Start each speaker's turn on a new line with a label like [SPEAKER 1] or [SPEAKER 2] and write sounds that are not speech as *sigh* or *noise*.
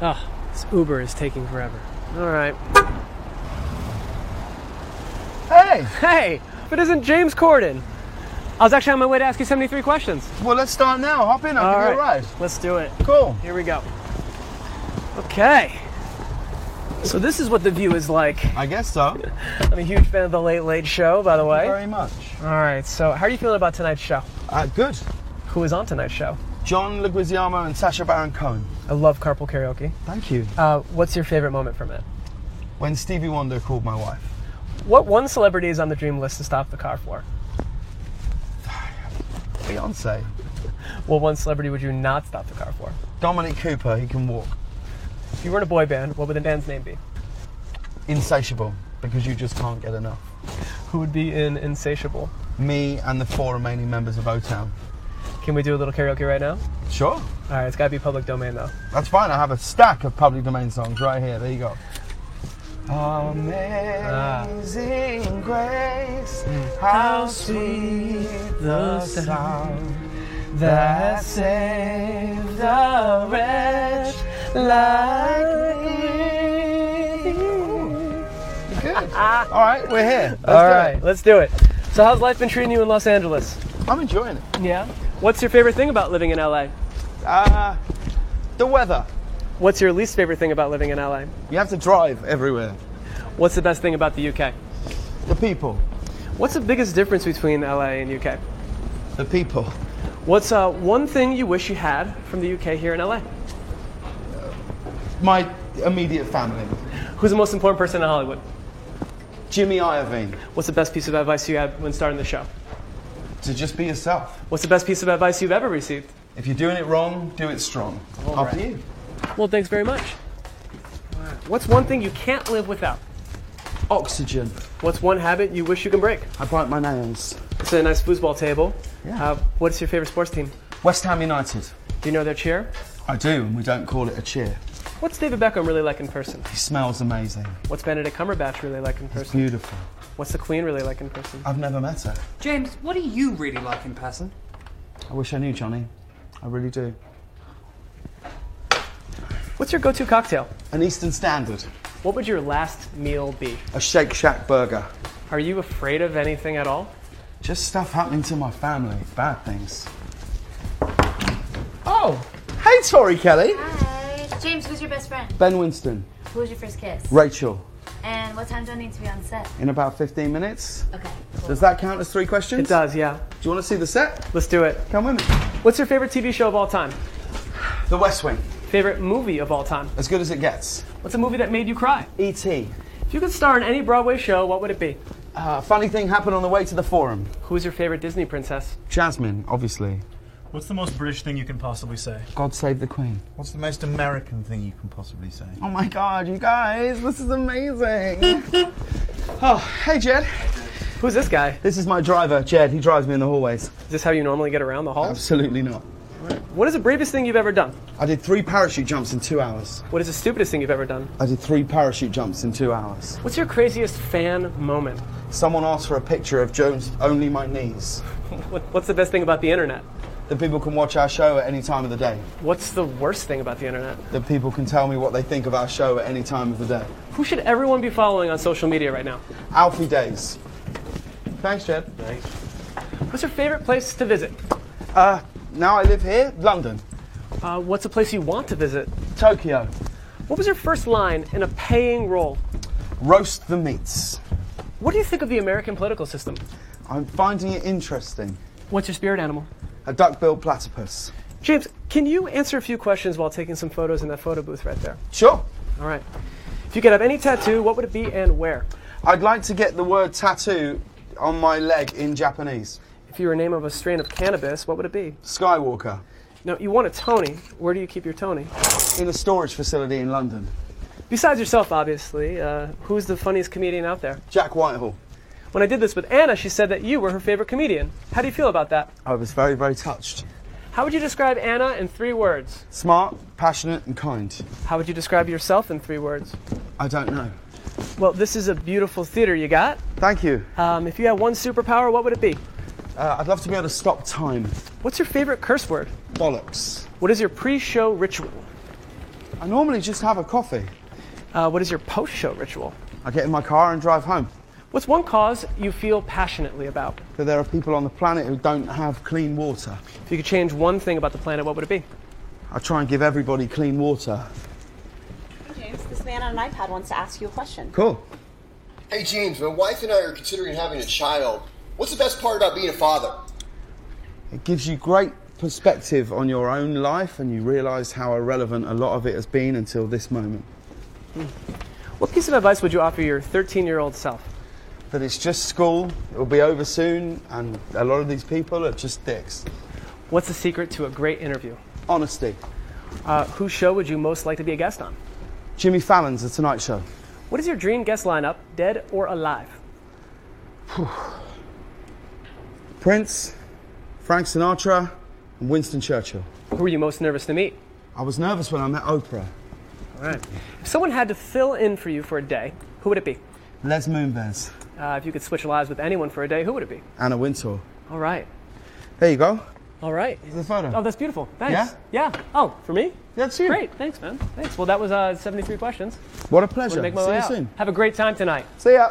[SPEAKER 1] Oh, this Uber is taking forever. All right.
[SPEAKER 2] Hey!
[SPEAKER 1] Hey, but isn't James Corden? I was actually on my way to ask you 73 questions.
[SPEAKER 2] Well, let's start now. Hop in. I'll give you a ride.
[SPEAKER 1] let's do it.
[SPEAKER 2] Cool.
[SPEAKER 1] Here we go. Okay. So this is what the view is like.
[SPEAKER 2] I guess so. Thank
[SPEAKER 1] I'm a huge fan of the Late Late Show, by the
[SPEAKER 2] you
[SPEAKER 1] way.
[SPEAKER 2] very much.
[SPEAKER 1] All right. So how are you feeling about tonight's show?
[SPEAKER 2] Uh, good.
[SPEAKER 1] Who is on tonight's show?
[SPEAKER 2] John Leguizamo and Sasha Baron Cohen.
[SPEAKER 1] I love carpool karaoke.
[SPEAKER 2] Thank you.
[SPEAKER 1] Uh, what's your favorite moment from it?
[SPEAKER 2] When Stevie Wonder called my wife.
[SPEAKER 1] What one celebrity is on the dream list to stop the car for?
[SPEAKER 2] Beyonce.
[SPEAKER 1] What one celebrity would you not stop the car for?
[SPEAKER 2] Dominic Cooper, he can walk.
[SPEAKER 1] If you were in a boy band, what would the band's name be?
[SPEAKER 2] Insatiable, because you just can't get enough.
[SPEAKER 1] Who would be in Insatiable?
[SPEAKER 2] Me and the four remaining members of O Town.
[SPEAKER 1] Can we do a little karaoke right now?
[SPEAKER 2] Sure.
[SPEAKER 1] All right, it's got to be public domain though.
[SPEAKER 2] That's fine. I have a stack of public domain songs right here. There you go. Ah. Amazing grace, how sweet the sound that saved a wretch like me. Good. All right, we're here. Let's
[SPEAKER 1] All
[SPEAKER 2] do it.
[SPEAKER 1] right, let's do it. So, how's life been treating you in Los Angeles?
[SPEAKER 2] I'm enjoying it.
[SPEAKER 1] Yeah. What's your favorite thing about living in LA?
[SPEAKER 2] Uh, the weather.
[SPEAKER 1] What's your least favorite thing about living in LA?
[SPEAKER 2] You have to drive everywhere.
[SPEAKER 1] What's the best thing about the UK?
[SPEAKER 2] The people.
[SPEAKER 1] What's the biggest difference between LA and UK?
[SPEAKER 2] The people.
[SPEAKER 1] What's uh, one thing you wish you had from the UK here in LA?
[SPEAKER 2] My immediate family.
[SPEAKER 1] Who's the most important person in Hollywood?
[SPEAKER 2] Jimmy Iovine.
[SPEAKER 1] What's the best piece of advice you had when starting the show?
[SPEAKER 2] To just be yourself.
[SPEAKER 1] What's the best piece of advice you've ever received?
[SPEAKER 2] If you're doing it wrong, do it strong. Up to you.
[SPEAKER 1] Well, thanks very much. What's one thing you can't live without?
[SPEAKER 2] Oxygen.
[SPEAKER 1] What's one habit you wish you can break?
[SPEAKER 2] I bite my nails.
[SPEAKER 1] It's a nice foosball table.
[SPEAKER 2] Yeah.
[SPEAKER 1] Uh, what's your favorite sports team?
[SPEAKER 2] West Ham United.
[SPEAKER 1] Do you know their cheer?
[SPEAKER 2] I do, and we don't call it a cheer.
[SPEAKER 1] What's David Beckham really like in person?
[SPEAKER 2] He smells amazing.
[SPEAKER 1] What's Benedict Cumberbatch really like in
[SPEAKER 2] It's
[SPEAKER 1] person?
[SPEAKER 2] beautiful.
[SPEAKER 1] What's the Queen really like in person?
[SPEAKER 2] I've never met her.
[SPEAKER 3] James, what do you really like in person?
[SPEAKER 2] I wish I knew Johnny. I really do.
[SPEAKER 1] What's your go-to cocktail?
[SPEAKER 2] An Eastern Standard.
[SPEAKER 1] What would your last meal be?
[SPEAKER 2] A Shake Shack burger.
[SPEAKER 1] Are you afraid of anything at all?
[SPEAKER 2] Just stuff happening to my family. Bad things.
[SPEAKER 1] Oh,
[SPEAKER 2] Hey, Tori Kelly.
[SPEAKER 4] Hi. James, who's your best friend?
[SPEAKER 2] Ben Winston.
[SPEAKER 4] Who was your first kiss?
[SPEAKER 2] Rachel.
[SPEAKER 4] And what time do I need to be on set?
[SPEAKER 2] In about 15 minutes.
[SPEAKER 4] Okay.
[SPEAKER 2] Does that count as three questions?
[SPEAKER 1] it does, yeah.
[SPEAKER 2] Do you want to see the set?
[SPEAKER 1] Let's do it.
[SPEAKER 2] Come with me.
[SPEAKER 1] What's your favorite TV show of all time?
[SPEAKER 2] The West Wing.
[SPEAKER 1] Favorite movie of all time?
[SPEAKER 2] As good as it gets. E
[SPEAKER 1] What's a movie that made you cry?
[SPEAKER 2] E.T.
[SPEAKER 1] If you could star in any Broadway show, what would it be?
[SPEAKER 2] Uh, funny thing happened on the way to the forum.
[SPEAKER 1] Who's your favorite Disney princess?
[SPEAKER 2] Jasmine, obviously.
[SPEAKER 5] What's the most British thing you can possibly say?
[SPEAKER 2] God save the Queen.
[SPEAKER 6] What's the most American thing you can possibly say?
[SPEAKER 2] Oh my god, you guys, this is amazing. *laughs* oh, hey Jed.
[SPEAKER 1] Who's this guy?
[SPEAKER 2] This is my driver, Jed. He drives me in the hallways.
[SPEAKER 1] Is this how you normally get around the halls?
[SPEAKER 2] Absolutely not.
[SPEAKER 1] What is the bravest thing you've ever done?
[SPEAKER 2] I did three parachute jumps in two hours.
[SPEAKER 1] What is the stupidest thing you've ever done?
[SPEAKER 2] I did three parachute jumps in two hours.
[SPEAKER 1] What's your craziest fan moment?
[SPEAKER 2] Someone asked for a picture of Jones, only my knees.
[SPEAKER 1] What, what's the best thing about the internet?
[SPEAKER 2] That people can watch our show at any time of the day.
[SPEAKER 1] What's the worst thing about the internet?
[SPEAKER 2] That people can tell me what they think of our show at any time of the day.
[SPEAKER 1] Who should everyone be following on social media right now?
[SPEAKER 2] Alfie Days. Thanks, Jed.
[SPEAKER 1] What's your favorite place to visit?
[SPEAKER 2] Uh, now I live here, London,
[SPEAKER 1] Uh, what's a place you want to visit?
[SPEAKER 2] Tokyo.
[SPEAKER 1] What was your first line in a paying role?
[SPEAKER 2] Roast the meats.
[SPEAKER 1] What do you think of the American political system?
[SPEAKER 2] I'm finding it interesting.
[SPEAKER 1] What's your spirit animal?
[SPEAKER 2] A duck-billed platypus.
[SPEAKER 1] James, can you answer a few questions while taking some photos in that photo booth right there?
[SPEAKER 2] Sure.
[SPEAKER 1] All right. If you could have any tattoo, what would it be and where?
[SPEAKER 2] I'd like to get the word tattoo on my leg in Japanese.
[SPEAKER 1] If you were a name of a strain of cannabis, what would it be?
[SPEAKER 2] Skywalker.
[SPEAKER 1] Now, you want a Tony. Where do you keep your Tony?
[SPEAKER 2] In a storage facility in London.
[SPEAKER 1] Besides yourself, obviously, uh, who's the funniest comedian out there?
[SPEAKER 2] Jack Whitehall.
[SPEAKER 1] When I did this with Anna, she said that you were her favorite comedian. How do you feel about that?
[SPEAKER 2] I was very, very touched.
[SPEAKER 1] How would you describe Anna in three words?
[SPEAKER 2] Smart, passionate, and kind.
[SPEAKER 1] How would you describe yourself in three words?
[SPEAKER 2] I don't know.
[SPEAKER 1] Well, this is a beautiful theater you got.
[SPEAKER 2] Thank you.
[SPEAKER 1] Um, if you had one superpower, what would it be?
[SPEAKER 2] Uh, I'd love to be able to stop time.
[SPEAKER 1] What's your favorite curse word?
[SPEAKER 2] Bollocks.
[SPEAKER 1] What is your pre show ritual?
[SPEAKER 2] I normally just have a coffee.
[SPEAKER 1] Uh, what is your post show ritual?
[SPEAKER 2] I get in my car and drive home.
[SPEAKER 1] What's one cause you feel passionately about?
[SPEAKER 2] That there are people on the planet who don't have clean water.
[SPEAKER 1] If you could change one thing about the planet, what would it be?
[SPEAKER 2] I try and give everybody clean water.
[SPEAKER 7] James, this man on an iPad wants to ask you a question.
[SPEAKER 2] Cool.
[SPEAKER 8] Hey James, my wife and I are considering having a child. What's the best part about being a father?
[SPEAKER 2] It gives you great perspective on your own life and you realise how irrelevant a lot of it has been until this moment.
[SPEAKER 1] What piece of advice would you offer your 13 year old self?
[SPEAKER 2] That it's just school, it'll be over soon, and a lot of these people are just dicks.
[SPEAKER 1] What's the secret to a great interview?
[SPEAKER 2] Honesty.
[SPEAKER 1] Uh, whose show would you most like to be a guest on?
[SPEAKER 2] Jimmy Fallon's The Tonight Show.
[SPEAKER 1] What is your dream guest lineup, dead or alive?
[SPEAKER 2] Prince, Frank Sinatra, and Winston Churchill.
[SPEAKER 1] Who are you most nervous to meet?
[SPEAKER 2] I was nervous when I met Oprah.
[SPEAKER 1] All right. If someone had to fill in for you for a day, who would it be?
[SPEAKER 2] Les Moonves,
[SPEAKER 1] Uh, if you could switch lives with anyone for a day, who would it be?
[SPEAKER 2] Anna Wintour.
[SPEAKER 1] All right.
[SPEAKER 2] There you go.
[SPEAKER 1] All right.
[SPEAKER 2] The photo.
[SPEAKER 1] Oh, that's beautiful. Thanks. Yeah? Oh, for me?
[SPEAKER 2] That's you.
[SPEAKER 1] Great. Thanks, man. Thanks. Well, that was uh, 73 questions.
[SPEAKER 2] What a
[SPEAKER 1] Wanna
[SPEAKER 2] pleasure.
[SPEAKER 1] make
[SPEAKER 2] See
[SPEAKER 1] my way
[SPEAKER 2] you
[SPEAKER 1] out.
[SPEAKER 2] soon.
[SPEAKER 1] Have a great time tonight.
[SPEAKER 2] See ya.